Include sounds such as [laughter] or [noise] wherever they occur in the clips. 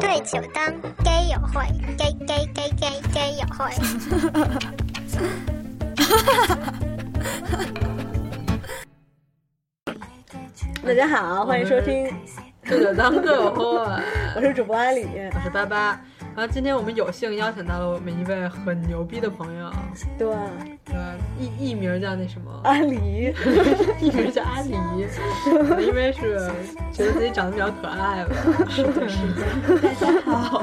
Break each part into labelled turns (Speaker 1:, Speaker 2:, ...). Speaker 1: 對酒當基友會，基基基基基友會。
Speaker 2: 大家好，欢迎收听，
Speaker 3: 这个当个货，
Speaker 2: 我是主播阿里。
Speaker 3: 我是巴巴。然后今天我们有幸邀请到了我们一位很牛逼的朋友，
Speaker 2: 对，
Speaker 3: 呃，艺艺名叫那什么，
Speaker 2: 阿狸，
Speaker 3: 艺名叫阿狸，因为是觉得自己长得比较可爱吧。 [laughs] 是的，是的。大家好。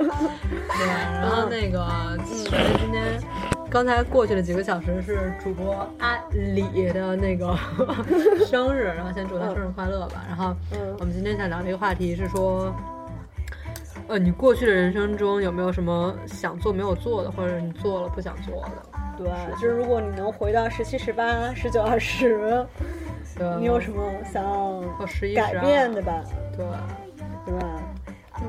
Speaker 3: [laughs] 对，啊然后那个，嗯，今天刚才过去的几个小时是主播阿里的那个 [laughs] 生日，然后先祝他生日快乐吧。然后
Speaker 2: 嗯
Speaker 3: 我们今天想聊的一个话题是说，呃，你过去的人生中有没有什么想做没有做的，或者你做了不想做的？
Speaker 2: 对，就是如果你能回到十七、十八、十九、二十，
Speaker 3: 对
Speaker 2: 你有什么想要
Speaker 3: 我呃哦十一
Speaker 2: 改变的？吧？
Speaker 3: 12对，
Speaker 2: 对吧？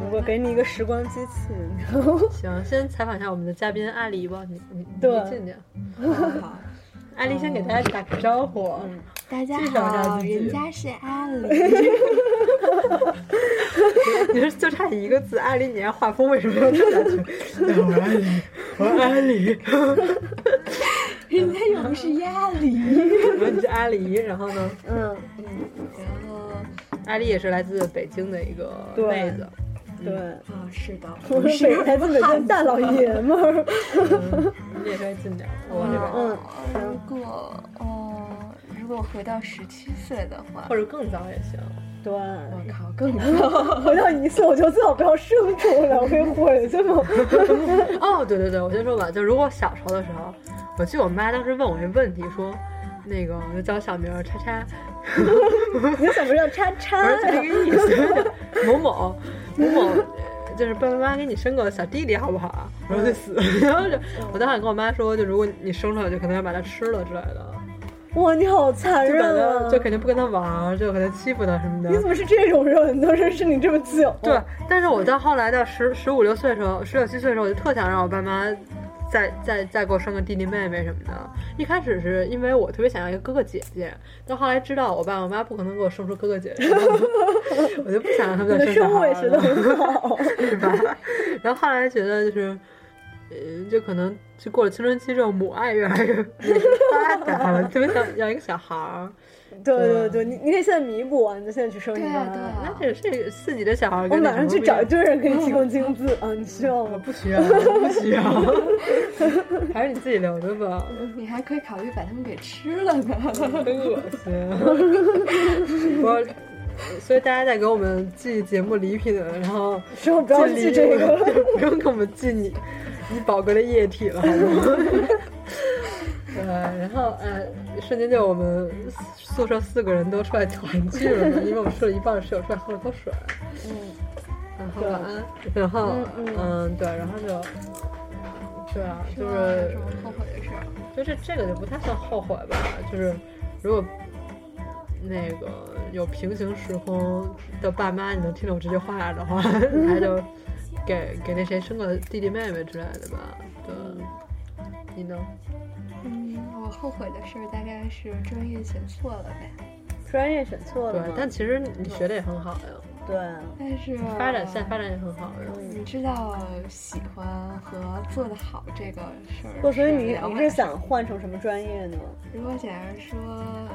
Speaker 2: 如果给你一个时光机器，你知道吗
Speaker 3: 行，先采访一下我们的嘉宾阿狸吧，你你你
Speaker 2: 对 [laughs]
Speaker 3: 进去。阿狸先给大家打个招呼，
Speaker 2: 嗯
Speaker 4: 大家
Speaker 3: 介绍一下
Speaker 4: 好，
Speaker 3: 自己
Speaker 4: 人家是阿
Speaker 3: [laughs]
Speaker 4: 里，
Speaker 3: 你说就差一个字，阿狸，你这画风为什么要这样去？对我爱你，我爱你，
Speaker 4: 人家又不是鸭梨。
Speaker 3: 我说你是阿狸，然后呢，
Speaker 2: 嗯，
Speaker 4: 然后，
Speaker 3: 阿狸也是来自北京的一个
Speaker 2: 对
Speaker 3: 妹子，
Speaker 2: 对，
Speaker 4: 啊，是的，
Speaker 2: 我们北台东北京大老爷们儿，
Speaker 3: 嗯你也该近点儿，我往这边。
Speaker 2: 嗯，
Speaker 4: 如果，哦，如果回到十七岁的话
Speaker 3: 或，者更早也行。
Speaker 2: 对，
Speaker 4: 我靠，更高。
Speaker 2: 回到一岁我就最好不要生出来，我可以回去吗？
Speaker 3: 哦，对对对，我先说吧，就如果小时候的时候，我记得我妈当时问我一个问题，说那个我就叫我小名儿叉叉，
Speaker 2: 你怎么让叉
Speaker 3: 我
Speaker 2: 叉
Speaker 3: 说就这个意思，某某某某。呃就是爸爸妈妈给你生个小弟弟好不好？我说就死， [laughs] 然后就我当时还跟我妈说，就如果你生出来，我就可能要把它吃了之类的，
Speaker 2: 哇，你好残
Speaker 3: 就
Speaker 2: 忍
Speaker 3: 把它
Speaker 2: 啊！
Speaker 3: 就肯定不跟他玩儿，就可能欺负他什么的。
Speaker 2: 你怎么是哦这种人呢？认识你这么久，
Speaker 3: 对，但是我到后来到十十五六岁的时候，十九七岁的时候，我就特想让我爸妈再再再给我生个弟弟妹妹什么的。一开始是因为我特别想要一个哥哥姐姐，但后来知道我爸我妈不可能给我生出哥哥姐姐， [laughs] 我就不想让他们
Speaker 2: 你的
Speaker 3: 再生
Speaker 2: 生
Speaker 3: 小
Speaker 2: 物
Speaker 3: 孩
Speaker 2: 也学的
Speaker 3: 了，
Speaker 2: 很好，
Speaker 3: 是吧？ [laughs] 然后后来觉得就是，嗯、就可能就过了青春期之后，母爱越来越 [laughs] 发达了，特别想要一个小孩儿。
Speaker 2: 对对对，你你可以现在弥补啊，你就现在
Speaker 4: [laughs]
Speaker 2: 去生一
Speaker 4: 对
Speaker 2: 个
Speaker 4: 啊，
Speaker 2: 啊。
Speaker 3: 那
Speaker 4: 对啊，
Speaker 3: 这是自己的小孩儿
Speaker 2: 我
Speaker 3: 跟那
Speaker 2: 马
Speaker 3: 什么
Speaker 2: 上去
Speaker 3: 不一样，[laughs]
Speaker 2: 找一堆人给你提供精子啊，你需要
Speaker 3: 我
Speaker 2: 吗？
Speaker 3: 不需要，我不 [laughs] 需要，还是你自己留着吧，
Speaker 4: 你还可以考虑把它们给吃了呢。
Speaker 3: 真恶心。 [laughs] 我，呃所以大家在给我们寄节目礼品，然后
Speaker 2: 之后不要记
Speaker 3: 礼
Speaker 2: 这
Speaker 3: 物
Speaker 2: 个。
Speaker 3: 就不用给我们寄你你宝贵的液体了，好吗？对，然后 [laughs] 呃，瞬间就我们宿舍四个人都出来团聚了，因为我们睡了一半，室友出来喝了口水，嗯，然后晚安，然后
Speaker 2: 嗯嗯
Speaker 3: 嗯，对，然后就。对啊，
Speaker 4: 是
Speaker 3: 就
Speaker 4: 吗
Speaker 3: 是
Speaker 4: 有什么后悔的事儿？
Speaker 3: 就是这个就不太算后悔吧，就是如果那个有平行时空的爸妈，你能听懂这句话的话，那就给给那谁生个弟弟妹妹之类的吧。对，你呢？
Speaker 4: 嗯，我后悔的事儿大概是专业选错了呗，
Speaker 2: [laughs] 专业选错
Speaker 3: 对
Speaker 2: 了吗，
Speaker 3: 但其实你学的也很好呀，
Speaker 2: 对，
Speaker 4: 但是
Speaker 3: 发展现在发展也很好呀。
Speaker 4: 你知道喜欢和做得好这个事儿，
Speaker 2: 我所以你
Speaker 4: 两
Speaker 2: 你
Speaker 4: 码
Speaker 2: 是
Speaker 4: 事儿
Speaker 2: 想换成什么专业呢？
Speaker 4: 如果假如说，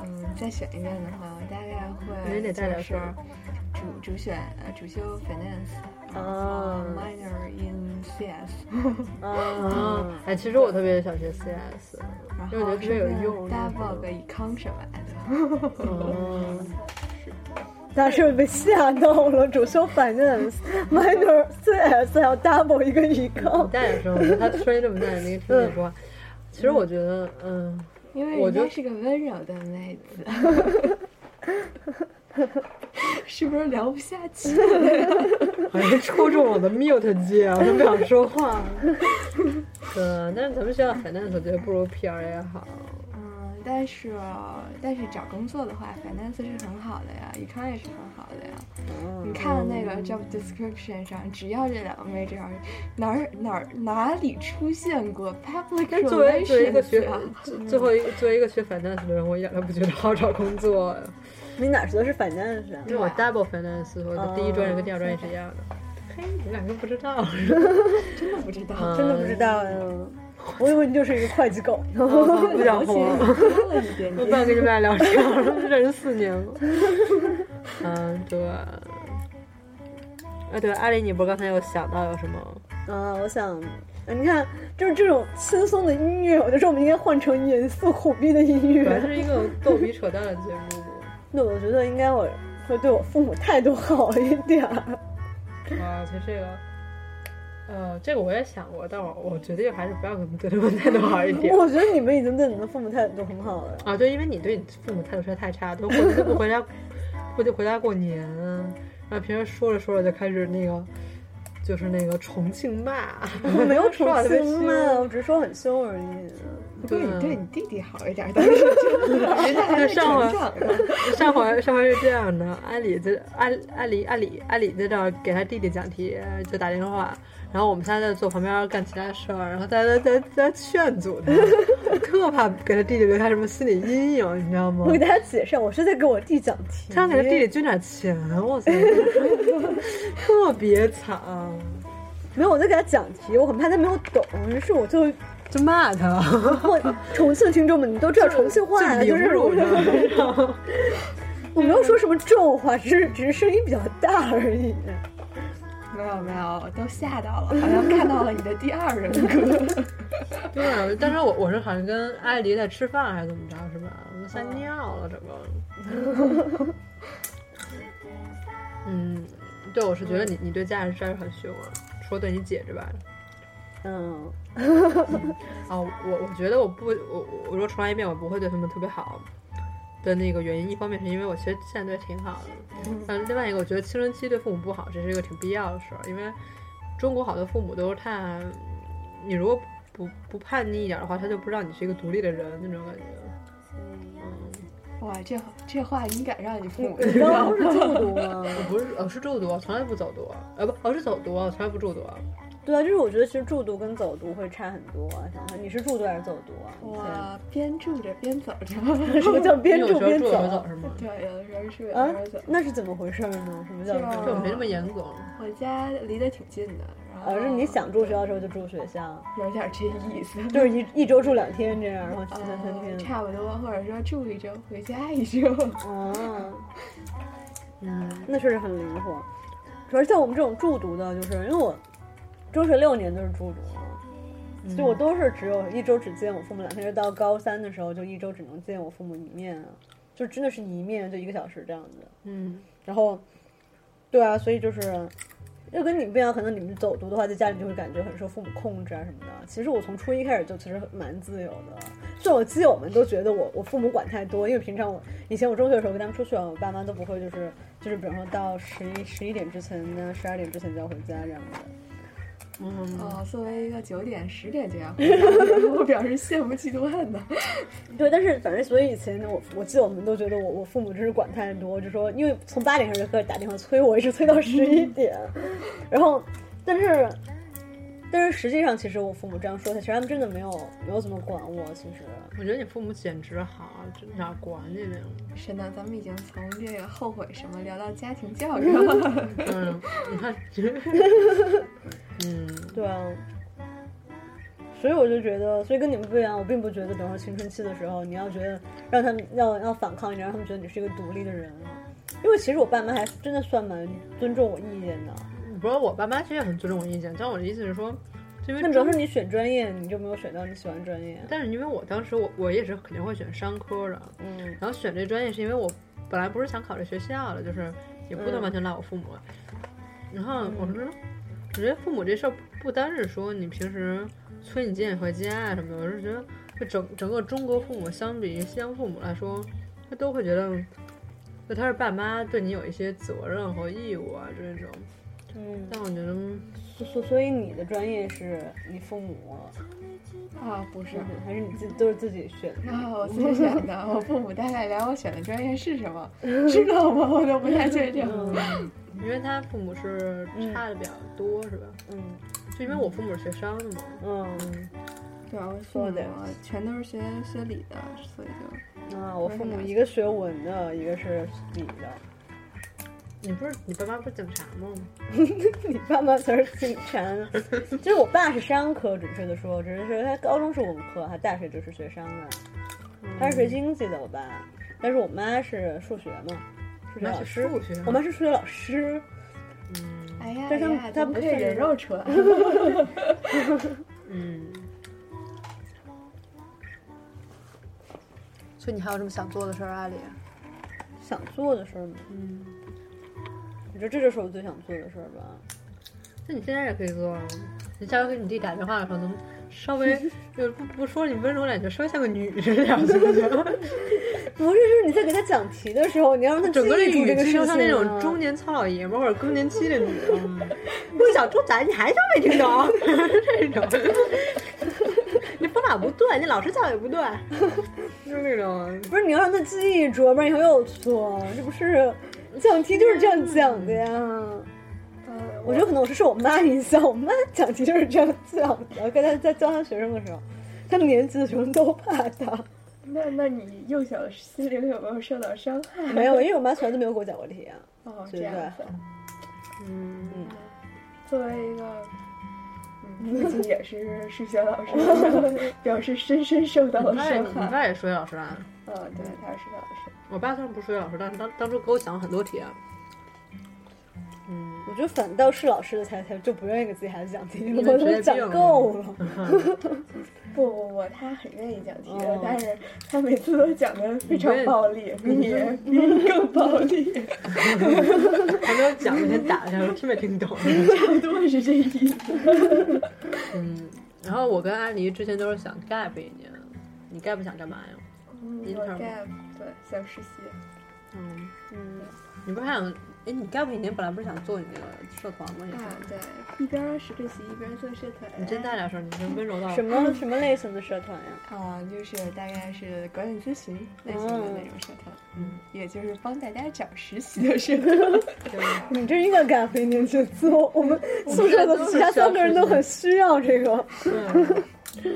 Speaker 4: 嗯，再选一遍的话，我大概
Speaker 3: 你
Speaker 4: 会
Speaker 3: 得带
Speaker 4: 就
Speaker 3: 点
Speaker 4: 是
Speaker 3: 事儿
Speaker 4: 主主选呃主修 finance，然
Speaker 3: 嗯
Speaker 4: 后
Speaker 2: 啊 [laughs]
Speaker 4: minor in CS，
Speaker 3: 啊
Speaker 2: 啊，，
Speaker 3: 哎，其实我特别想学 CS，
Speaker 4: 然
Speaker 3: 因为我觉得特
Speaker 4: 后
Speaker 3: 别有用。
Speaker 4: double 以 econ 什么的。
Speaker 3: 嗯，
Speaker 2: 当时被吓到了，主修 finance、minor CS 还有 double 一个一
Speaker 3: 你
Speaker 2: 个，
Speaker 3: 大点声，我觉得他声音这么大，你可以听你说话。其实我觉得，嗯。
Speaker 4: 因为
Speaker 3: 我
Speaker 4: 人
Speaker 3: 觉
Speaker 4: 家
Speaker 3: 得
Speaker 4: 是个温柔的妹子，是不是聊不下去？
Speaker 3: [laughs] 好像戳中我的 mute 键，我都不想说话。对，但是咱们学校 finance 我觉得不如 PRA 好。
Speaker 4: 嗯，但是但是找工作的话，finance 是很好的呀，econ 也是很好的呀。你看那个 job description 上，只要这两个 major，哪儿哪儿哪里出现过 public
Speaker 3: 但作为作为一个
Speaker 4: relations
Speaker 3: 学
Speaker 4: 啊？
Speaker 3: 最最后一个作为一个学 finance 的人，我一点都不觉得好找工作呀。
Speaker 2: 你哪学的是 finance 啊？
Speaker 3: [laughs] 因为我 double finance，我的第一专业跟第二专哦业是一样的。嘿，你们两个不知 [laughs] 道，是吧
Speaker 4: 真的不知道，
Speaker 3: 嗯
Speaker 2: 真的不知道呀，我以为你就是一个会计狗呢。
Speaker 3: 不 [laughs] 想活了
Speaker 4: 多了一点
Speaker 3: [laughs] 我
Speaker 4: 点
Speaker 3: 不。想跟你们俩聊天了，认识四年 [laughs] 了。嗯，对。啊，对，阿里，你不是刚才有想到有什么？
Speaker 2: 啊，我想，啊你看，就是这种轻松的音乐，我觉得我们应该换成严肃苦逼的音
Speaker 3: 本来就
Speaker 2: 乐。
Speaker 3: 是一个逗比扯淡的节目嘛。
Speaker 2: 那我觉得应该我会对我父母态度好一点儿。
Speaker 3: 啊，其实这个，呃，这个我也想过，但我我决定还是不要跟对他们态度好一
Speaker 2: [laughs]
Speaker 3: 点。
Speaker 2: 我觉得你们已经对你们父母态度很好
Speaker 3: [laughs]
Speaker 2: 了。
Speaker 3: 啊，对，因为你对你父母态度实在太差，都回都不回家，不就回家过年啊，然后平时说着说着就开始那个，就是那个重庆骂，
Speaker 2: 我没有
Speaker 3: 说
Speaker 2: 宠
Speaker 3: 话特别嗯
Speaker 2: 幸嘛，我只是说很凶而已。
Speaker 4: 对
Speaker 3: 对
Speaker 4: 你对你弟弟好一点，但是真的人家还在
Speaker 3: 上了
Speaker 4: 成长呢。
Speaker 3: [laughs] 上回上回是这样的，阿里在阿阿里阿里阿里在这儿给他弟弟讲题，就打电话，然后我们仨在坐旁边干其他事儿，然后在在在在劝阻他， [laughs] 特怕给他弟弟留下什么心理阴影，你知道吗
Speaker 2: 我？给大家解释，我是在给我弟讲题。
Speaker 3: 他想给他弟弟捐点钱，哇塞， [laughs] 特别惨，
Speaker 2: 没有，我在给他讲题，我很怕他没有懂，于是我就
Speaker 3: 就
Speaker 2: [laughs]
Speaker 3: 骂他，
Speaker 2: 我
Speaker 3: [laughs]
Speaker 2: 重庆听众们，你都知道重庆话呀，
Speaker 3: 就
Speaker 2: 就
Speaker 3: 凌
Speaker 2: 是我
Speaker 3: 辱他，你知道吗
Speaker 2: 我没有说什么重话，只是只是声音比较大而已。嗯
Speaker 4: 没有没有，我都吓到了，好像看到了你的第二人格。
Speaker 3: 对啊，当时我我是好像跟艾迪在吃饭还是怎么着是吧？我们吓尿了整个。嗯，对，我是觉得你你对家人实在是很凶啊，除了对你姐之外。
Speaker 2: 嗯，
Speaker 3: 啊，我我觉得我不我我我说重来一遍，我不会对他们特别好的那个原因，一方面是因为我其实现在对他挺好的，
Speaker 2: 嗯
Speaker 3: 但另外一个我觉得青春期对父母不好，这是一个挺必要的事儿，因为中国好多父母都是怕你如果不不叛逆一点的话，他就不知道你是一个独立的人那种感觉。
Speaker 4: 哇，这这话你敢让你父母
Speaker 2: 你
Speaker 4: 知
Speaker 2: 刚刚
Speaker 4: 道
Speaker 2: 嗯不？是
Speaker 3: [laughs]
Speaker 2: 就读吗？
Speaker 3: 我不是，我、是住读，我从来不走读，呃不，我是走读，我从来不住读。
Speaker 2: 对啊，就是我觉得其实住读跟走读会差很多啊。想想你是住读还是走读啊？
Speaker 4: 哇，边住着边走着。
Speaker 2: [laughs]
Speaker 4: [laughs]
Speaker 2: 什么叫边
Speaker 3: 你有
Speaker 2: 住
Speaker 3: 时候
Speaker 2: 边
Speaker 3: 住，有时候走
Speaker 2: 走？
Speaker 3: 是吗？
Speaker 4: 对，有的时候是，有
Speaker 2: 啊
Speaker 4: 的时候走，。
Speaker 2: 那是怎么回事呢？什么叫
Speaker 4: 就
Speaker 3: 就没那么严格。
Speaker 4: 我家离得挺近的，然后
Speaker 2: 啊而是你想住学校的时候就住学校，
Speaker 4: 有点这
Speaker 2: [laughs]
Speaker 4: 意思。
Speaker 2: 就是
Speaker 3: 嗯
Speaker 2: 一一周住两天这样，然后其他三
Speaker 4: 呃，
Speaker 2: 天。
Speaker 4: 差不多，或者说住一周，回家一周。
Speaker 2: 哦，
Speaker 3: 嗯，
Speaker 2: 那确实很灵活。主要是像我们这种住读的，就是因为我中学六年都是住读，所以我都是只有一周只见我父母两天，就到高三的时候就一周只能见我父母一面啊，就真的是一面就一个小时这样子。
Speaker 3: 嗯，
Speaker 2: 然后，对啊，所以就是，就跟你不一样，可能你们走读的话，在家里就会感觉很受父母控制啊什么的。其实我从初一开始就其实蛮自由的，就我基友们都觉得我我父母管太多，因为平常我以前我中学的时候跟他们出去玩，我爸妈都不会就是就是比方说到十一十一点之前呢，十二点之前就要回家这样子。嗯
Speaker 4: 哦，作为一个九点、十点就要回家， [laughs] 我表示羡慕嫉妒恨呢。
Speaker 2: 对，但是反正所以以前我我记得我们都觉得我我父母真是管太多，就说因为从八点开始就开始打电话催我，一直催到十一点，然后但是但是实际上其实我父母这样说，其实他们真的没有没有怎么管我，其实
Speaker 3: 我觉得你父母简直好，就哪管你那种。
Speaker 4: 神呐，咱们已经从这个后悔什么聊到家庭教育了。 [laughs]
Speaker 3: 嗯，你看，嗯，
Speaker 2: 对啊。所以我就觉得，所以跟你们不一样，我并不觉得，比方说青春期的时候，你要觉得让他们要要反抗一点，让他们觉得你是一个独立的人，啊因为其实我爸妈还真的算蛮尊重我意见的。
Speaker 3: 不是我爸妈其实也很尊重我意见，但我的意思是说，
Speaker 2: 那
Speaker 3: 就因为
Speaker 2: 比方
Speaker 3: 中
Speaker 2: 说你选专业，你就没有选到你喜欢的专业。
Speaker 3: 但是因为我当时我我也是肯定会选商科的，
Speaker 2: 嗯
Speaker 3: 然后选这专业是因为我本来不是想考这学校的，就是也不能
Speaker 2: 嗯
Speaker 3: 完全赖我父母。然后我说，我觉得父母这事儿不单是说你平时催你几点回家啊什么的，我是觉得就整整个中国父母相比于西方父母来说，他都会觉得，就他是爸妈对你有一些责任和义务啊这种。
Speaker 2: 嗯，
Speaker 3: 但我觉得，
Speaker 2: 所所所以你的专业是你父母
Speaker 4: 啊，不是
Speaker 2: 选。的，还是你自己都是自己选的？
Speaker 4: 啊，我自己选的，我父母大概连我选的专业是什么知道吗？我都不太确定。
Speaker 2: 嗯
Speaker 3: 因为他父母是差的比较多，是吧？
Speaker 2: 嗯
Speaker 3: 就因为我父母是学商的嘛，
Speaker 2: 嗯，
Speaker 4: 对，我父
Speaker 2: 说
Speaker 4: 母啊
Speaker 2: 的
Speaker 4: 全都是学学理的，所以就
Speaker 2: 啊，我父母一个学文的，一个是理的。 [laughs]
Speaker 3: 你不是你爸妈不是警察吗？
Speaker 2: 你爸妈才是警察，就是我爸是商科，准确的说，只是说他高中是文科，他大学就是学商的，他是学经济的，我爸，但是我妈是数学嘛，数学
Speaker 3: 妈
Speaker 2: 老
Speaker 3: 是
Speaker 2: 师，
Speaker 3: 数学
Speaker 2: 我妈是数学老师，
Speaker 3: 嗯
Speaker 4: 哎呀，
Speaker 2: 但是
Speaker 4: 哎
Speaker 2: 他
Speaker 4: 呀
Speaker 2: 他
Speaker 4: 怎么
Speaker 2: 不
Speaker 4: 可以
Speaker 2: 是
Speaker 4: 人肉出来？
Speaker 3: 嗯。所以你还有什么想做的事儿，阿里？
Speaker 2: 想做的事儿吗？
Speaker 3: 嗯，
Speaker 2: 我觉得这就是我最想做的事儿吧。
Speaker 3: 那你现在也可以做啊。你下回给你弟打电话的时候，能稍微就是不不说你温柔两句，稍微像个女人两句， [laughs]
Speaker 2: 不是，就是你在给他讲题的时候，你要让他
Speaker 3: 整个
Speaker 2: 记
Speaker 3: 的
Speaker 2: 住这
Speaker 3: 语
Speaker 2: 个事
Speaker 3: 气
Speaker 2: 情、
Speaker 3: 就
Speaker 2: 啊。
Speaker 3: 像那种中年糙老爷们儿或者更年期的嗯女人。我想猪仔，你还是没听懂这种。你方法不对，你老师教也不对，就是那种。
Speaker 2: 不是你要让他记住，不然以后又错。这不是讲题就是这样讲的呀。
Speaker 4: [laughs]
Speaker 3: 嗯
Speaker 4: 呃，
Speaker 2: 我觉得可能我是受我妈影响，我妈讲题就是这样讲的。跟她在教她学生的时候，她们年级的学生都怕她。
Speaker 4: 那那你幼小心灵有没有受到伤害？
Speaker 2: 没有，因为我妈从来都没有给我讲过题啊。
Speaker 4: 哦，
Speaker 2: 对
Speaker 4: 这样子。
Speaker 3: 嗯，
Speaker 2: 嗯，
Speaker 4: 作为一个，嗯，自己也是数学老 [laughs] 师，表示深深受到了
Speaker 3: 你爸也
Speaker 4: 伤
Speaker 3: 你
Speaker 4: 害。
Speaker 3: 爸也是数学老师啊？
Speaker 4: 嗯，对，他是老师。
Speaker 3: 我爸虽然不是数学老师，但是当当初给我讲了很多题啊。
Speaker 2: 我觉得反倒是老师的才才就不愿意给自己孩子讲题，
Speaker 3: 为
Speaker 2: 我
Speaker 3: 职业
Speaker 2: 都
Speaker 3: 病
Speaker 2: 讲
Speaker 3: 了
Speaker 2: 够了。
Speaker 3: 嗯
Speaker 4: 不不不，他很愿意讲题的，
Speaker 2: 哦
Speaker 4: 但是他每次都讲的非常
Speaker 3: 你这
Speaker 4: 暴力，比你比你更暴力，
Speaker 3: 还没有讲，先打一下，我听没
Speaker 2: [laughs]
Speaker 3: 听懂。
Speaker 4: 差不多是这意思。
Speaker 3: 嗯，然后我跟安妮之前都是想 gap 一年，你 gap 想干嘛呀？
Speaker 4: 嗯
Speaker 3: 您
Speaker 4: 我
Speaker 3: 看吧
Speaker 4: gap 对想实习，
Speaker 3: 嗯，
Speaker 2: 嗯，
Speaker 3: 你不是还想，哎，你 gap 一年本来不是想做你那个社团吗？也是，
Speaker 2: 嗯
Speaker 4: 啊对，一边儿实习一边儿做社团。
Speaker 3: 你真大点声，你这温柔到
Speaker 2: 什么什么类型的社团呀？
Speaker 4: 啊、就是大概是管理咨询类型的那种社团，
Speaker 3: 嗯，
Speaker 4: 也就是帮大家找实习的社团。
Speaker 2: [laughs] 你这应该干非年去做，我们宿舍的其他三个人都很需要这个。
Speaker 3: 对。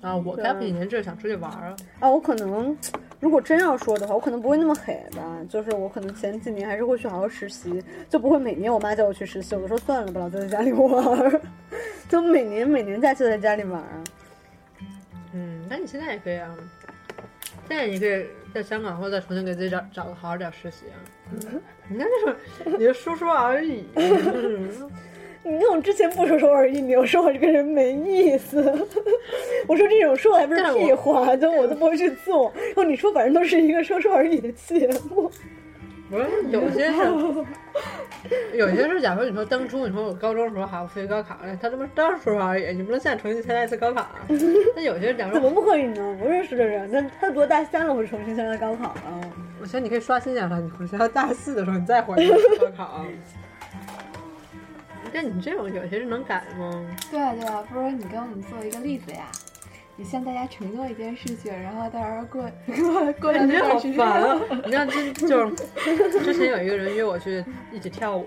Speaker 3: 啊，我
Speaker 2: 对
Speaker 3: gap 一年就是想出去玩儿啊。
Speaker 2: 啊，我可能如果真要说的话，我可能不会那么黑吧，就是我可能前几年还是会去好好实习，就不会每年我妈叫我去实习，有的时候算了吧，老就在家里玩儿， [laughs] 就每年每年假期都在家里玩儿。
Speaker 3: 嗯，那你现在也可以啊，现在你可以在香港或者在重庆给自己找找个好好点儿实习啊。你看这种，你就说说而已。嗯
Speaker 2: 你那种之前不说说而已，你又说我这个人没意思， [laughs] 我说这种说来不是
Speaker 3: 但是我
Speaker 2: 屁话，就我都不会去做。 [laughs] 然后你说反正都是一个说说而已的节目， [laughs]
Speaker 3: 不是有些是，有些是，假如你说当初你说我高中的时候还要复习高考，哎他他妈当时而已，你不能现在重新参加一次高考啊。那有些
Speaker 2: [laughs]
Speaker 3: 假
Speaker 2: 怎么
Speaker 3: 如，
Speaker 2: 不可以呢？我认识的人，他他读大三了，我就重新参加高考啊了。
Speaker 3: 我觉得你可以刷新一下他，你回去到大四的时候你再回去高考。啊 [laughs] 但你这种有些是能改吗？
Speaker 4: 对啊对啊，不如你给我们做一个例子呀。你向大家承诺一件事情，然后到时候过 [laughs] 过过
Speaker 3: 哎
Speaker 4: 两
Speaker 3: 你这
Speaker 4: 段
Speaker 3: 好
Speaker 4: 时间，
Speaker 3: 烦啊！ [laughs] 你知道这就是之前有一个人约我去一起跳舞，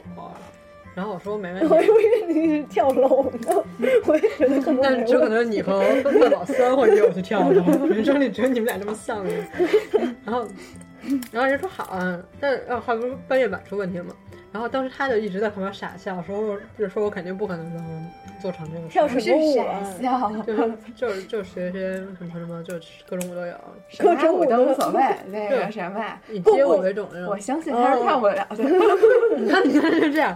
Speaker 3: 然后我说没
Speaker 2: [laughs]
Speaker 3: 问
Speaker 2: 我以
Speaker 3: 题，
Speaker 2: 为你是跳楼呢， [laughs] 我也觉得可
Speaker 3: [laughs]
Speaker 2: 能
Speaker 3: 但
Speaker 2: 没
Speaker 3: 只可
Speaker 2: 问
Speaker 3: 能你和范老三会约我去跳舞，人生里只有你们俩这么像的。然后，然后人说好啊，但是啊，话不是半月板出问题了吗？然后当时他就一直在旁边傻笑，说我就说我肯定不可能能做成这个事
Speaker 2: 跳
Speaker 3: 儿，
Speaker 2: 什么
Speaker 4: 不是
Speaker 2: 舞
Speaker 4: 傻
Speaker 2: 啊？
Speaker 3: [laughs]
Speaker 4: 笑，
Speaker 3: 就是就是就是学些什么什么，就是各种舞都有，
Speaker 4: 什
Speaker 2: 各
Speaker 4: 么
Speaker 2: 种
Speaker 4: 舞
Speaker 2: 舞
Speaker 4: 都
Speaker 2: 都
Speaker 4: 无所谓，那
Speaker 3: 对嗯
Speaker 4: 个什么，
Speaker 3: 以街舞为种那种
Speaker 4: 我。相信他是看不了的。
Speaker 3: 你看， [laughs] 你看就这样，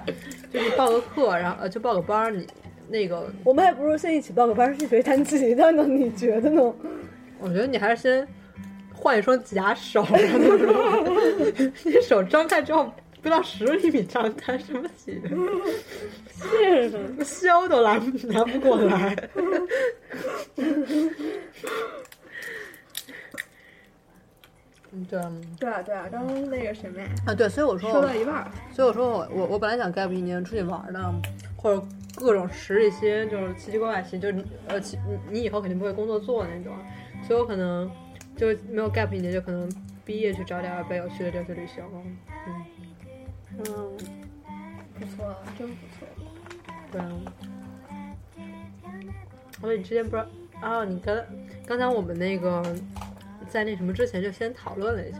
Speaker 3: 就是报个课，然后呃就报个班儿，你那个，
Speaker 2: 我们还不如先一起报个班儿去学弹吉他呢， [laughs] 你觉得呢？
Speaker 3: 我觉得你还是先换一双假手， [laughs] 你手张开之后不到十厘米长，弹什么吉他？
Speaker 2: 是的，
Speaker 3: 削都拿不拿不过来。 [laughs] 嗯，对啊
Speaker 4: [laughs] 对啊对啊，刚刚那个什么呀，
Speaker 3: 啊，对，所以我说
Speaker 4: 说到一半儿，
Speaker 3: 所以我说我我我本来想 gap 一年出去玩儿呢，或者各种拾一些就是奇奇怪怪的习，就是你呃其你你以后肯定不会工作做的那种，所以我可能就没有 gap 一年，就可能毕业去找点儿比较有趣的地儿去旅行。嗯，
Speaker 2: 嗯，
Speaker 4: 不错，真不错。
Speaker 3: 对啊。而且你之前不知道，哦，你刚刚才我们那个在那什么之前就先讨论了一下，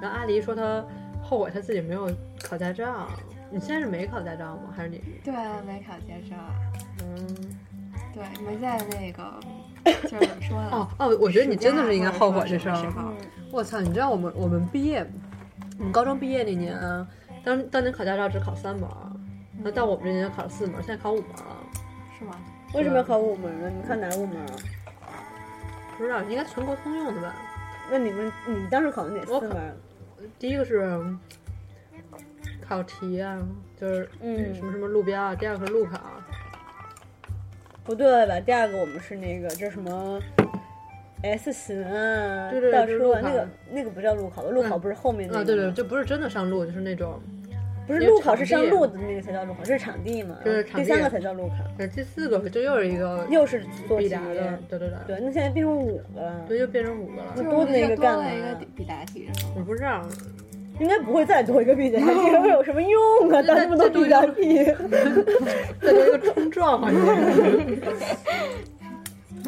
Speaker 3: 然后阿狸说她后悔她自己没有考驾照。你现在是没考驾照吗？还是你？
Speaker 4: 对，没考驾照啊，
Speaker 3: 嗯，
Speaker 4: 对，没在
Speaker 3: [laughs]
Speaker 4: 那个，就是怎么说呢？啊
Speaker 3: 哦哦，我觉得你真的是应该后悔这事儿。
Speaker 4: 暑假或者说什么
Speaker 3: 啊我操，你知道我们我们毕业，我们高中毕业那年，啊当当年考驾照只考三门儿，然后到我们这年考了四门儿，现在考五门儿了。
Speaker 4: 时候是吗？
Speaker 2: 为什么要考五门呢？你看哪五门啊？
Speaker 3: 不知道，应该全国通用的吧？
Speaker 2: 那你们你当时考的哪
Speaker 3: 我
Speaker 2: 四
Speaker 3: 考
Speaker 2: 门？
Speaker 3: 第一个是考题啊，就是
Speaker 2: 嗯
Speaker 3: 什么什么路标啊；第二个是路考，
Speaker 2: 不对吧？第二个我们是那个叫什么 S 型啊
Speaker 3: 对对，对
Speaker 2: 倒
Speaker 3: 就是
Speaker 2: 车啊
Speaker 3: 路考
Speaker 2: 那个那个不叫路考吧？路考
Speaker 3: 嗯
Speaker 2: 不是后面那个
Speaker 3: 啊，
Speaker 2: 吗？
Speaker 3: 对对，就不是真的上路，就是那种。
Speaker 2: 不是
Speaker 3: 有
Speaker 2: 路考是
Speaker 3: 场
Speaker 2: 上
Speaker 3: 地
Speaker 2: 路的那个才叫路考，这是场地嘛？
Speaker 3: 这是场地
Speaker 2: 第三个才叫路考，
Speaker 3: 呃，第四个就又是一个
Speaker 2: 又是做
Speaker 3: 必
Speaker 2: 题。
Speaker 3: 答的，对对对，嗯
Speaker 2: 对，那现在变成五个了，
Speaker 3: 对，又变成五个了
Speaker 2: 那。
Speaker 4: 就是
Speaker 2: 多
Speaker 4: 不
Speaker 2: 的
Speaker 4: 是
Speaker 2: 一
Speaker 4: 就
Speaker 2: 个
Speaker 4: 多
Speaker 2: 干
Speaker 4: 了
Speaker 2: 嘛
Speaker 4: 一个
Speaker 2: 呀
Speaker 4: 比比答题是吗？ [laughs]
Speaker 3: 我不知道，
Speaker 2: 应该不会再多一个
Speaker 3: [laughs]
Speaker 2: B 答题，会有什么用啊？
Speaker 3: 那
Speaker 2: 当那么多
Speaker 3: 再多
Speaker 2: B
Speaker 3: 一个
Speaker 2: 答题，
Speaker 3: 再多一个冲撞好 [laughs] 像。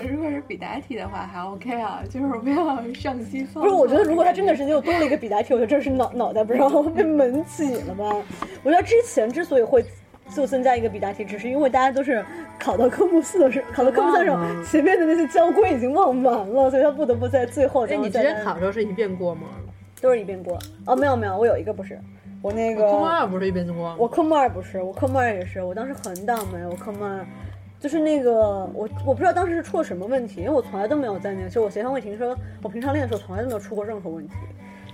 Speaker 4: 如果是比答题的话还 OK 啊，就是不要上西方。
Speaker 2: 不是？我觉得如果他真的是又多了一个 B 答题，我觉得这是脑脑袋不知道被门挤了吧？我觉得之前之所以会。就增加一个比答题，只是因为大家都是考到科目四的时候，考到科目三的时
Speaker 3: 忘
Speaker 2: 候，
Speaker 3: 了
Speaker 2: 前面的那些交规已经忘完了，所以他不得不在最后才
Speaker 3: 哎，
Speaker 2: 会
Speaker 3: 你之
Speaker 2: 再
Speaker 3: 前
Speaker 2: 来
Speaker 3: 考的时候是一遍过吗？
Speaker 2: 都是一遍过。哦，没有没有，我有一个不是，我那个
Speaker 3: 科目二不是一遍过
Speaker 2: 我科目二不是，我科目二也是，我当时很倒霉，我科目二。就是那个我我不知道当时是出了什么问题，因为我从来都没有在那个，就我协商会停车，我平常练的时候从来都没有出过任何问题，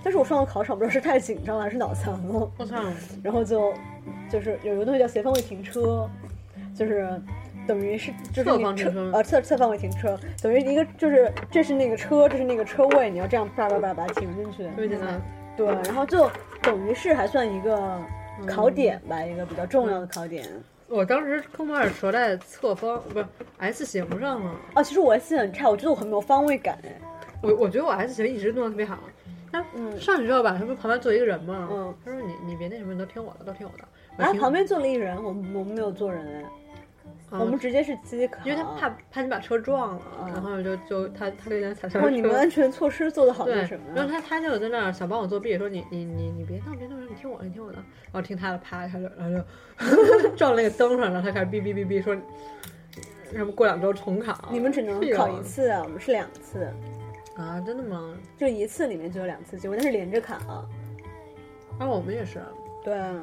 Speaker 2: 但是我上了考场不知道是太紧张了还是脑残了，
Speaker 3: 我操！
Speaker 2: 然后就就是有一个东西叫斜方位停车，就是等于是就是
Speaker 3: 侧
Speaker 2: 你
Speaker 3: 方停
Speaker 2: 车
Speaker 3: 车吗
Speaker 2: 呃侧侧方位停车，等于一个就是这是那个车，这是那个车位，你要这样叭叭叭把它停进去，
Speaker 3: 特别简单。
Speaker 2: 对，然后就等于是还算一个
Speaker 3: 嗯
Speaker 2: 考点吧，一个比较重要的考点。
Speaker 3: 我当时科目二折在侧方，不是 S 型上了。
Speaker 2: 哦，其实我 S 很差，我觉得我很没有方位感哎。
Speaker 3: 我我觉得我 S 型一直弄得特别好。那
Speaker 2: 嗯
Speaker 3: 上去之后吧，他不是旁边坐一个人吗？
Speaker 2: 嗯，
Speaker 3: 他说你你别那什么，你都听我的，都听我的。我
Speaker 2: 啊，
Speaker 3: 听
Speaker 2: 旁边坐了一人，我们我们没有坐人哎，
Speaker 3: 啊
Speaker 2: 我们直接是机考。
Speaker 3: 因为他怕怕你把车撞了，
Speaker 2: 嗯
Speaker 3: 然后就就他他就想踩刹
Speaker 2: 然后
Speaker 3: 车。
Speaker 2: 你们安全措施做得好
Speaker 3: 对
Speaker 2: 那什，么啊
Speaker 3: 然后
Speaker 2: 呀？
Speaker 3: 他他就在那儿想帮我作弊，说你你你你别动别动，你听我的，你听我的。然后听他的，啪一下就然后就 [laughs] 撞那个灯上，然后他开始哔哔哔哔说，什么过两周重考。
Speaker 2: 你们只能
Speaker 3: 是啊
Speaker 2: 考一次啊，我们是两次，
Speaker 3: 啊？真的吗？
Speaker 2: 就一次里面就有两次机会，但是连着考。
Speaker 3: 啊，我们也是，
Speaker 2: 对，
Speaker 3: 因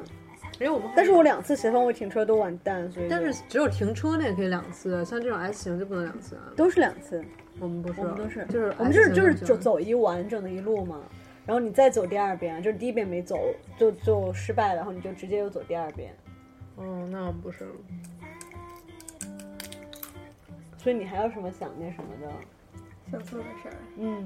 Speaker 3: 为我们还
Speaker 2: 但是我两次斜方位停车都完蛋，所以就
Speaker 3: 但是只有停车那也可以两次，像这种 S 型就不能两次。啊
Speaker 2: 都是两次。
Speaker 3: 我们不是，
Speaker 2: 我们都是，
Speaker 3: 就是
Speaker 2: 我们就是
Speaker 3: S 型
Speaker 2: 就是
Speaker 3: 行
Speaker 2: 走走一完整的一路嘛，然后你再走第二遍，就是第一遍没走就就失败了，然后你就直接又走第二遍，
Speaker 3: 哦，那我们不是。
Speaker 2: 所以你还有什么想那什么的？
Speaker 4: 想做的事儿。
Speaker 2: 嗯，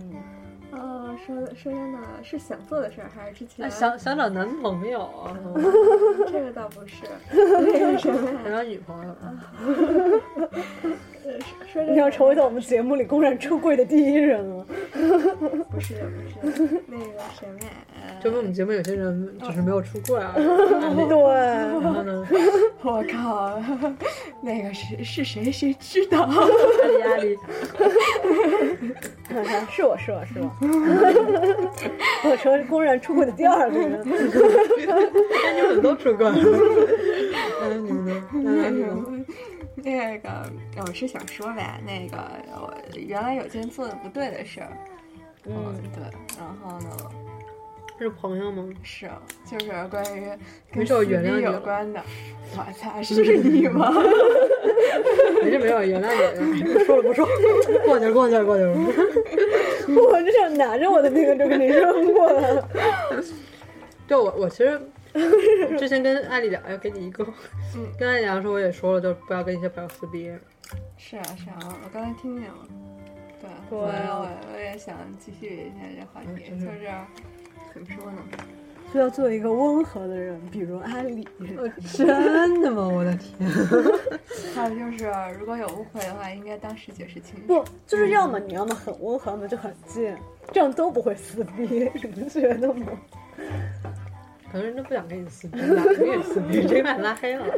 Speaker 4: 呃，说说真的，是想做的事儿还是之前
Speaker 3: 那？啊想想找男朋友啊，
Speaker 2: [laughs]
Speaker 4: 这个倒不
Speaker 3: [laughs]
Speaker 4: 是， [laughs] 那个什么
Speaker 3: 想
Speaker 4: 呀？
Speaker 3: 找女朋友啊。
Speaker 4: 呃说说
Speaker 2: [laughs]
Speaker 4: 真
Speaker 2: 你要
Speaker 4: 的，
Speaker 2: 成为在我们节目里公然出柜的第一人 [laughs] 了。
Speaker 4: 不是
Speaker 3: [laughs]
Speaker 4: 不是那个什么呀？呃
Speaker 3: 就跟我们节目有些人只是没有出柜
Speaker 2: [laughs]
Speaker 3: 啊，
Speaker 2: 对，
Speaker 3: 然后呢，
Speaker 4: 我靠，那个是是谁谁知道？
Speaker 3: 压力压力，
Speaker 2: 是我是我 [laughs] 是我，我成为公然出柜的第二个人。
Speaker 3: 那你们都出柜了， [laughs] 嗯，你们呢？嗯你们呢
Speaker 4: [laughs] 那个我是想说呗，那个我原来有件做的不对的事儿，嗯
Speaker 2: 嗯，
Speaker 4: 对，然后呢
Speaker 3: [laughs] 是朋友吗？
Speaker 4: 是就是关于
Speaker 3: 没
Speaker 4: 跟
Speaker 3: 事我
Speaker 4: 撕
Speaker 3: 原谅
Speaker 4: 逼
Speaker 3: 你
Speaker 4: 有
Speaker 3: 了
Speaker 4: 关的，我
Speaker 3: [laughs]
Speaker 4: 操，是你吗？
Speaker 3: 没事没有，原谅你，说了不说， [laughs] 过去了过去了过去了。
Speaker 2: 我就想拿着我的那个就给你扔过来了。
Speaker 3: 对我我其实之前跟艾丽聊，哎，给你一个，
Speaker 4: 嗯
Speaker 3: 跟艾丽聊的时候我也说了，就不要跟一些朋友撕逼。
Speaker 4: 是啊是啊，我我刚才听见了，对，
Speaker 2: 对
Speaker 4: 我也我我也想继续一下这话题，
Speaker 3: 啊嗯真
Speaker 4: 就
Speaker 3: 的
Speaker 4: 是怎么说呢？
Speaker 2: 就要做一个温和的人，比如阿 [laughs] 里。啊
Speaker 3: 真的吗？我的天！
Speaker 4: 还有就是如果有误会的话，应该当时解释清楚。
Speaker 2: 不，就是要么你要么很温和，要么就很贱，这样都不会撕逼， [laughs] 你不觉得吗？
Speaker 3: 可能人家不想跟你撕逼，懒得跟你撕逼，直接把你拉黑了。
Speaker 2: 啊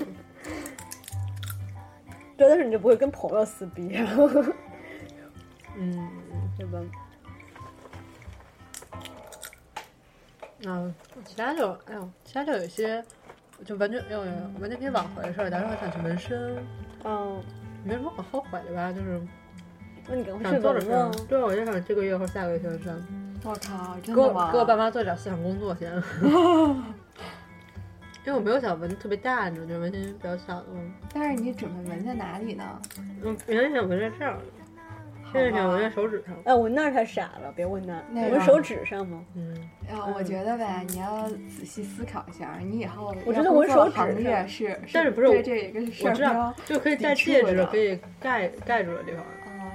Speaker 2: 对，但是你就不会跟朋友撕逼，
Speaker 3: 嗯，
Speaker 2: 对吧？
Speaker 3: 嗯，其他就哎呦，其他就有一些就完全哎呦，完全可以挽回的事儿。假如说想去纹身，
Speaker 2: [laughs] 嗯，
Speaker 3: 没什么可后悔的吧，就是
Speaker 2: 那你赶快
Speaker 3: 想
Speaker 2: 去
Speaker 3: 做的
Speaker 2: 纹
Speaker 3: 事
Speaker 2: 吧
Speaker 3: 儿。。对，啊我就想这个月或下个月去纹身，
Speaker 4: 我靠，真
Speaker 3: 给
Speaker 4: 的
Speaker 3: 我
Speaker 4: 吗？
Speaker 3: 给我爸妈做点思想工作 [laughs] 先。因为我没有想纹特别大，你知道，就纹身比较小的。
Speaker 4: 但是你准备纹在哪里呢？
Speaker 3: 嗯，原来想纹在这儿，
Speaker 4: 好
Speaker 3: 现在想纹在
Speaker 4: 吧，
Speaker 3: 手指上。
Speaker 2: 哎，纹那儿太傻了，别纹那儿，
Speaker 4: 那
Speaker 2: 纹
Speaker 4: 个
Speaker 2: 手指上吗？
Speaker 3: 嗯，
Speaker 4: 呃，我觉得吧，你要仔细思考一下，你以后
Speaker 2: 我觉
Speaker 4: 要
Speaker 2: 得
Speaker 4: 工
Speaker 2: 纹
Speaker 4: 作
Speaker 2: 手
Speaker 4: 行
Speaker 2: 指
Speaker 4: 业
Speaker 2: 上
Speaker 4: 是，
Speaker 3: 但是不是我
Speaker 4: 对这个事
Speaker 3: 我
Speaker 4: 儿
Speaker 3: 知
Speaker 4: 标
Speaker 3: 道
Speaker 4: 啊，
Speaker 3: 就可以戴
Speaker 4: 抵触
Speaker 3: 戒指
Speaker 4: 的，
Speaker 3: 可以盖盖住的地方。？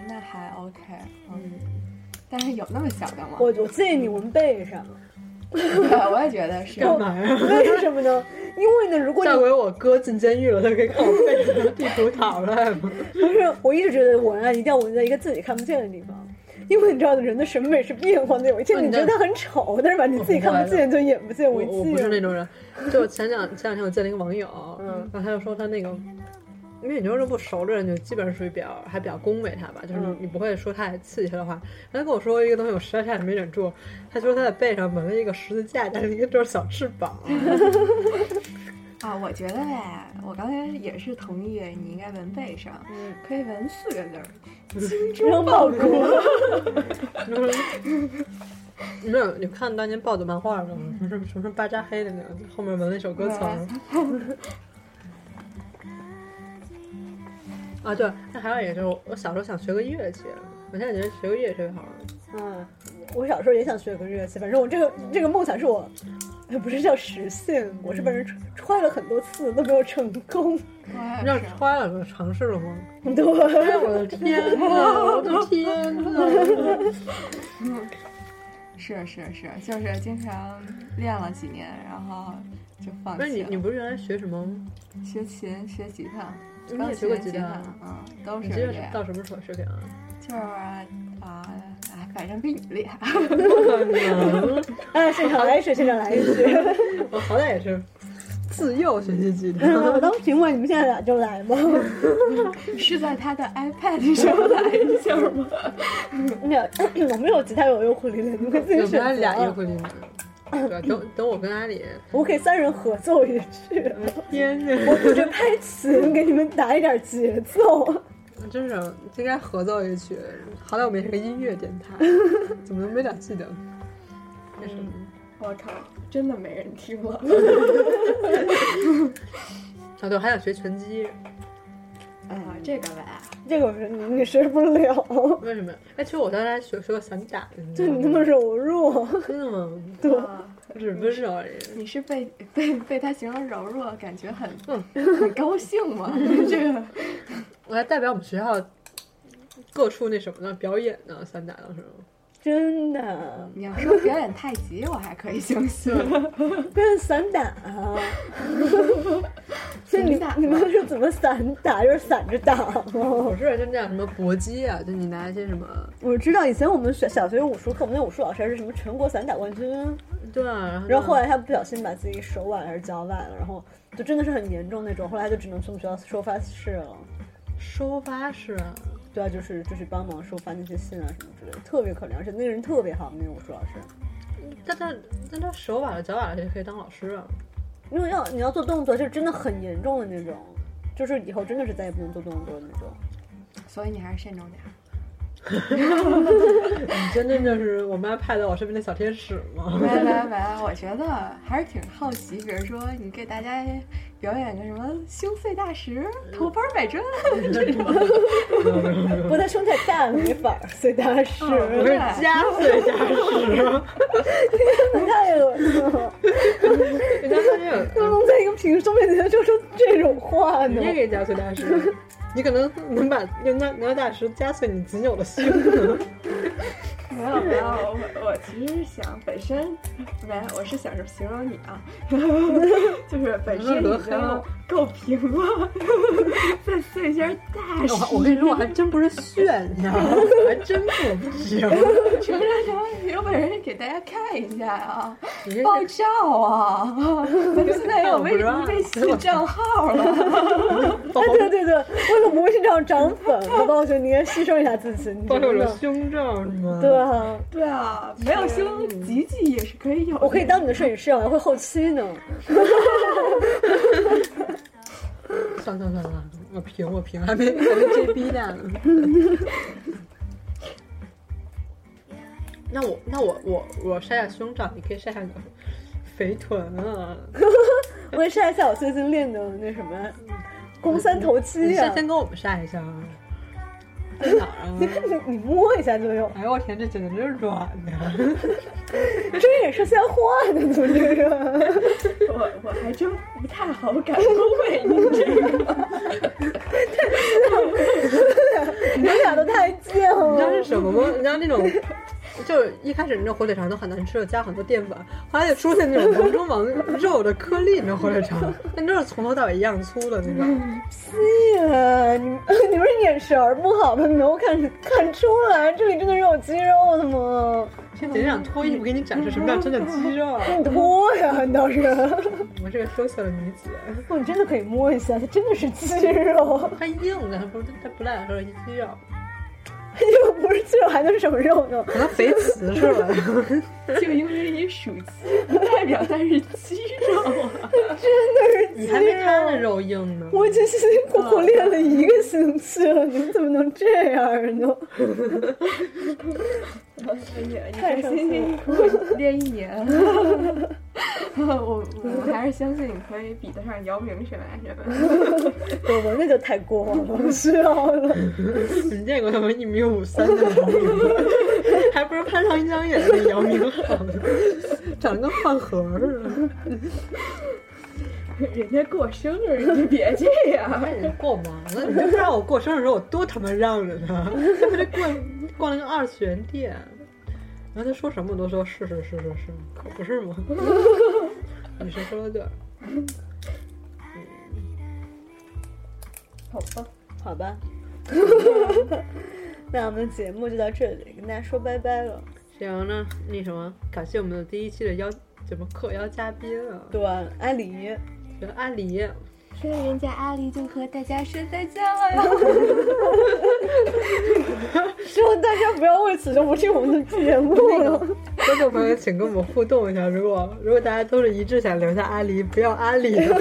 Speaker 4: 那还 OK，嗯，但是有那么小的吗？
Speaker 2: 我我建议你纹背上，
Speaker 4: 我也觉得是，
Speaker 3: 干嘛呀？
Speaker 2: [laughs] 为什么呢？因为呢，如果你
Speaker 3: 下回我哥进监狱了，他可以看我背上的地 [laughs] 图拷出来吗？
Speaker 2: 不是，我一直觉得文案一定要纹在一个自己看不见的地方，因为你知道人的审美是变化的。有一天
Speaker 3: 哦你
Speaker 2: 你觉得
Speaker 3: 的
Speaker 2: 它很丑，但是吧，你自己看不见就眼不见
Speaker 3: 我
Speaker 2: 为
Speaker 3: 我不是那
Speaker 2: [laughs] 净。
Speaker 3: 种人， [laughs] 嗯就前两前两天我见了一个网友，然后他就说他那个。因为你就是不熟的人，就基本上属于比较还比较恭维他吧，就是
Speaker 2: 嗯
Speaker 3: 你不会说太刺激他的话。他跟我说一个东西，我实在差点没忍住。他说他在背上纹了一个十字架，但是一个就是小翅膀。
Speaker 4: 啊，我觉得呗，我刚才也是同意你应该纹背上，
Speaker 3: 嗯
Speaker 4: 可以纹四个字儿，
Speaker 3: [laughs]
Speaker 4: 精
Speaker 2: 非常
Speaker 4: 忠
Speaker 2: 暴
Speaker 4: 报
Speaker 2: 露
Speaker 4: 国。
Speaker 3: 没有， [laughs] 你看当年暴走漫画的吗？嗯什么什么什么巴扎黑的那个，后面纹了一首歌词儿。啊，对，那还有一个就是，我小时候想学个乐器，我现在觉得学个乐器特别好玩。
Speaker 2: 嗯，我小时候也想学个乐器，反正我这个这个梦想是我，呃不是叫实现，我是被人踹踹了很多次都没有成功。
Speaker 4: 我
Speaker 3: 你知
Speaker 4: 也
Speaker 3: 道
Speaker 4: 是
Speaker 3: 穿了吗？尝试了吗？
Speaker 2: 对，
Speaker 3: 啊哎我的天呐，我 [laughs] 的天呐！
Speaker 4: 是是是，就是经常练了几年，然后就放
Speaker 3: 不是
Speaker 4: 弃
Speaker 3: 你，
Speaker 4: 了。
Speaker 3: 你不是原来学什么？
Speaker 4: 学琴、学吉他，
Speaker 3: 你
Speaker 4: 钢
Speaker 3: 也学过
Speaker 4: 琴
Speaker 3: 吉
Speaker 4: 吉
Speaker 3: 他？
Speaker 4: 嗯，都
Speaker 3: 你
Speaker 4: 是
Speaker 3: 吉他
Speaker 4: 这
Speaker 3: 是
Speaker 4: 样，
Speaker 3: 到什么时候学的 [laughs] 啊？
Speaker 4: 就是啊啊，反正比你厉害。
Speaker 3: 不可能，
Speaker 2: 啊，现场来一学，现场来一学。 [laughs]
Speaker 3: 我好歹也是自幼学习 [laughs] 吉他。
Speaker 2: 我当评委，你们现在俩就来吧。
Speaker 4: 是在他的 iPad 上来一下吗？
Speaker 2: 没有， [coughs] 我没有吉他，有尤克里里，你们可以自己
Speaker 3: 有
Speaker 2: 选
Speaker 3: 咱
Speaker 2: 择
Speaker 3: 俩
Speaker 2: 啊
Speaker 3: 约会地方。对，等等，我跟阿里，
Speaker 2: 我可以三人合奏一曲。
Speaker 3: [laughs] 天
Speaker 2: 我
Speaker 3: 呐，
Speaker 2: 我这拍琴给你们打一点节奏，
Speaker 3: 真是应该合奏一曲。好歹我们也是个音乐电 [laughs] 台，怎么没点记得？那什么？
Speaker 4: 我靠，真的没人听 [laughs] 了。
Speaker 3: 啊，对，还想学拳击，
Speaker 4: 啊，这个 [laughs] 吧，
Speaker 2: 这个我是你学不了， [laughs]
Speaker 3: 为什么呀？哎，其实我当时还学学过散打，你
Speaker 2: 就
Speaker 3: 知道
Speaker 2: 你那么
Speaker 3: 吗？
Speaker 2: 柔弱，
Speaker 3: 真的吗？
Speaker 2: 对，
Speaker 4: 啊
Speaker 3: 只不是而已。
Speaker 4: [laughs] 你是被被被他形容柔弱，感觉很
Speaker 3: 嗯
Speaker 4: 很高兴吗？ [laughs] 这个
Speaker 3: 我还代表我们学校各处那什么呢表演呢，散打当时。
Speaker 2: 真的，
Speaker 4: 你要说表演太极，我还可以相信。
Speaker 2: 跟散打、啊 [laughs] 所以你
Speaker 4: 散打
Speaker 2: 你们是怎么散打？就是散着打吗？
Speaker 3: 我是就那样什么搏击啊，就你拿一些什么，
Speaker 2: [laughs] 我知道以前我们学小学有武术课，我们那武术老师还是什么全国散打冠军，
Speaker 3: 对啊，然后
Speaker 2: 然后后来他不小心把自己手崴了还是脚崴了，然后就真的是很严重那种，后来他就只能去我们学校收发室了。
Speaker 3: 收发室啊，
Speaker 2: 对啊，就是就是帮忙收发那些信啊什么之类的，特别可怜。而且那个人特别好，那个武术老师，
Speaker 3: 但他但他手崴了脚崴了，也可以当老师啊。
Speaker 2: 因为要你要做动作，就是真的很严重的那种，就是以后真的是再也不能做动作的那种。
Speaker 4: 所以你还是慎重点儿。
Speaker 3: 你真的就是我妈派到我身边的小天使
Speaker 4: [laughs]
Speaker 3: 吗？
Speaker 4: 喂喂喂，我觉得还是挺好奇，比如说你给大家表演个什么胸碎大石、头孢摆针，
Speaker 2: [laughs] 不过他胸太大了，没法儿，所以他 [laughs] 是、
Speaker 3: 不是加岁加时，
Speaker 2: 太恶心了。
Speaker 3: 人家说这
Speaker 2: 怎么
Speaker 3: 个，
Speaker 2: 能在一个评书面前说出这种话
Speaker 3: 你
Speaker 2: 呢？
Speaker 3: 也可以加岁加时，你可能能把能拿能大师加碎你仅有的胸。
Speaker 4: [laughs] 没有没有，我我其实想本身，没，我是想形容你啊， [laughs] 就是本
Speaker 3: 身已经
Speaker 4: 够平了，再碎一下大
Speaker 3: 哎 [laughs] 我我跟你说，我还真不是炫耀，我还真不
Speaker 2: [laughs]
Speaker 3: 行。
Speaker 4: 成成成，有本事给大家看一下啊，
Speaker 3: 你这 [laughs]
Speaker 4: 爆照啊！咱们现在也有微
Speaker 3: 我不知道
Speaker 4: 微信账号了，
Speaker 2: 哎，对对对，为了不微信账涨粉，
Speaker 3: [laughs]
Speaker 2: 宝宝觉得你也牺牲一下自己，你
Speaker 3: 都
Speaker 2: 真
Speaker 3: 有了
Speaker 2: 的
Speaker 3: 胸罩是吗？
Speaker 2: 对啊，
Speaker 4: 对啊，没有胸吉吉也是可以有的，
Speaker 2: 我
Speaker 4: [laughs]
Speaker 2: 可以当你的摄影师，啊我还会后期呢。
Speaker 3: 算算算算，我平我平，还没还没这逼呢。 [laughs] 那我那我我我晒晒胸罩，你可以晒晒你的肥臀
Speaker 2: [laughs]
Speaker 3: 啊！
Speaker 2: 我也晒一下我最近练的那什么肱三头肌
Speaker 3: 你
Speaker 2: 呀、
Speaker 3: 先先跟我们晒一下啊，在哪儿啊？
Speaker 2: 你你摸一下就有，
Speaker 3: 哎呦我天，这简直就是软的！
Speaker 2: 这也是现画的，怎么这个？
Speaker 4: 我我还真不太好 [laughs] 敢恭维你这个，
Speaker 2: 你们俩都太贱
Speaker 3: 你知道是
Speaker 2: 了。
Speaker 3: 什么 [laughs] 吗？你知道那种，就是一开始那种火腿肠都很难吃，加很多淀粉，后来就出现那种王中王肉的颗粒，你知道火腿肠，那都是从头到尾一样粗的那种。
Speaker 2: 对呀，你你不是眼神儿不好吗？能够看看出来这里真的是有肌肉的吗？
Speaker 3: 先姐姐想脱衣服，给你展示什么叫真的肌肉。啊
Speaker 2: 你脱呀，你倒是，
Speaker 3: 我这个羞涩的女子，
Speaker 2: 我真的可以摸一下，它真的是肌肉， [laughs]
Speaker 3: 它硬的，它不是它不赖，它是肌肉，
Speaker 2: 又哎不是肌肉还能是什么肉呢？
Speaker 3: 可能肥瓷是吧？ [laughs]
Speaker 4: 就因为你属鸡，不代表它是鸡 [laughs] 肉啊。
Speaker 2: 真的是
Speaker 3: 你
Speaker 2: 肌
Speaker 3: 还没它那
Speaker 2: 肉。
Speaker 3: 肉硬呢。
Speaker 2: 我已经辛辛苦苦 [laughs] 练了一个星期了，你们怎么能这样呢？
Speaker 4: 你
Speaker 2: 太
Speaker 4: 你
Speaker 2: 生
Speaker 4: 辛
Speaker 2: 气
Speaker 4: 辛
Speaker 2: 了
Speaker 4: 苦苦练一年， [laughs] 我我还是相信你可以比得上姚明什么什么。 [laughs]
Speaker 2: 我我那就太过了，不需要了。
Speaker 3: 你见过他们一米五三的姚明， [laughs] 还不如潘长江演的姚明好呢， [laughs] 长得跟饭盒似的。
Speaker 4: 人家过生日，你别这样。
Speaker 3: 那你过吗？那你就不知道我过生日的时候我多他妈让着他，他不是逛逛了个二次元店，然后他说什么我都说是是是是是，可不是吗？ [laughs] 女生说的对，
Speaker 4: [laughs] 好吧，
Speaker 2: 好 [laughs] 吧，那我们的节目就到这里，跟大家说拜拜了。
Speaker 3: 行，那那什么，感谢我们的第一期的邀怎么客邀嘉宾啊，
Speaker 2: 对，阿狸，
Speaker 3: 觉得阿狸，
Speaker 4: 所以人家阿狸就和大家说再见了呀。
Speaker 2: 希望大家不要为此就不听我们的节目了。
Speaker 3: 观众朋友请跟我们互动一下，如果如果大家都是一致想留下阿狸，不要阿狸的话，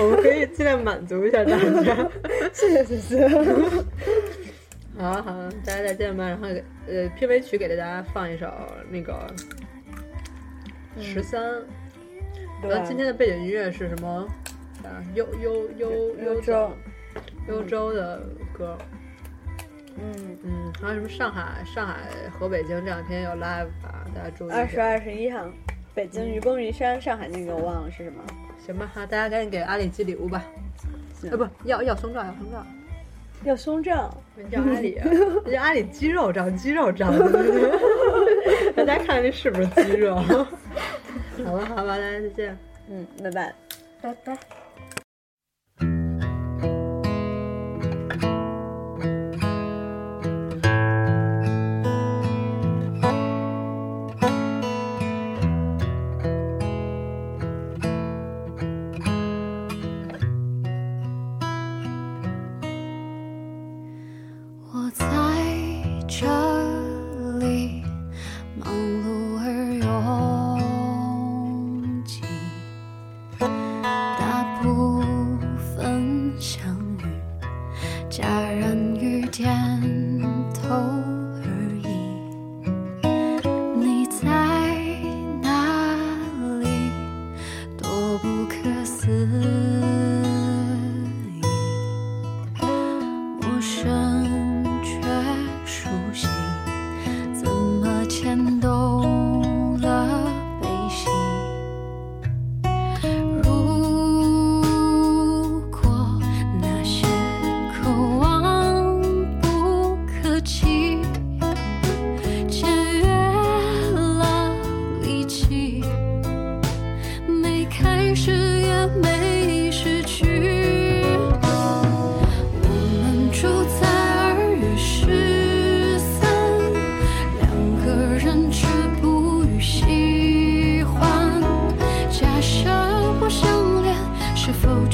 Speaker 3: [laughs] 我们可以尽量满足一下大家。
Speaker 2: 谢谢谢谢，
Speaker 3: 好啊好啊，大家再见吧。然后给呃，片尾曲给大家放一首那个十三、
Speaker 2: 嗯
Speaker 3: 然后今
Speaker 2: 对，啊
Speaker 3: 天的背景音乐是什么？啊，幽幽幽
Speaker 2: 幽
Speaker 3: 州
Speaker 2: 州，
Speaker 3: 幽州的歌。
Speaker 2: 嗯，
Speaker 3: 嗯，还有什么上海、上海和北京这两天有 live 吧，大家注意一下。
Speaker 2: 二十二十一号，北京愚公移山，上海那个我忘了是什么。
Speaker 3: 行吧，好，大家赶紧给阿里寄礼物吧。
Speaker 2: 行
Speaker 3: 啊，不要要胸罩，要胸罩。
Speaker 2: 要胸罩，
Speaker 3: 叫阿里，啊叫阿里肌肉长肌肉长， [laughs] 大家看这是不是肌肉？ [laughs] 好吧，好吧，大家再见。
Speaker 2: 嗯，拜拜。
Speaker 4: 拜拜。
Speaker 5: 我在这里忙碌而拥挤，大部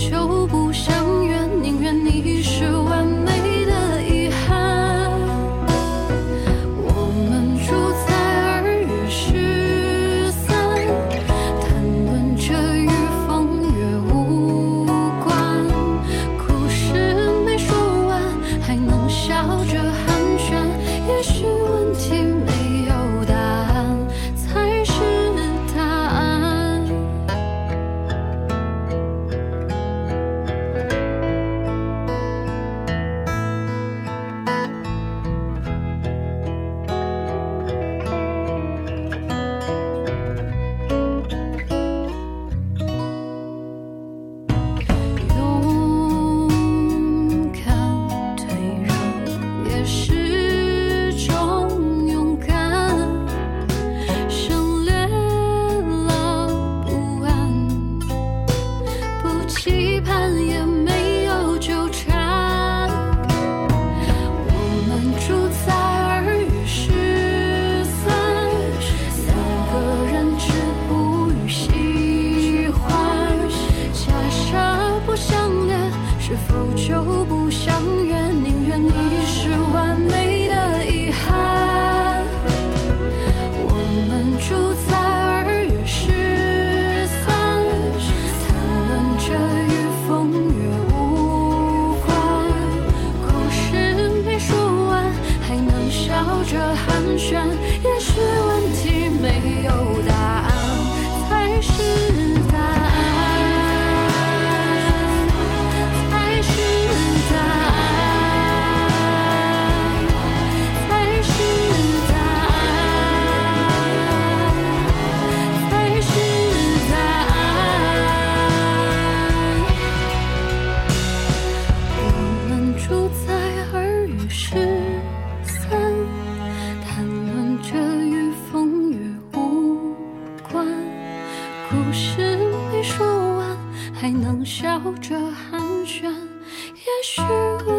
Speaker 5: 求不相怨，宁愿你是完美的遗憾。我们住在二月十三，谈论着与风月无关，故事没说完，还能笑着寒暄。也许问题没有答案才是答案。勇敢退让也是种勇敢，省略了不安，不期盼也没有纠缠。我们住在二月十三，三个人止步于喜欢。假设不相恋，是否就不相怨？宁愿你是完美的遗憾。我们住在二月十三，谈论着与风月无关，故事没说完，还能笑着寒暄。也许问题没有答案才是答案，才是答案。才是答案，才是答案。我们住在二月十三，谈论着与风月无关，故事没说完，还能笑着寒暄。也许。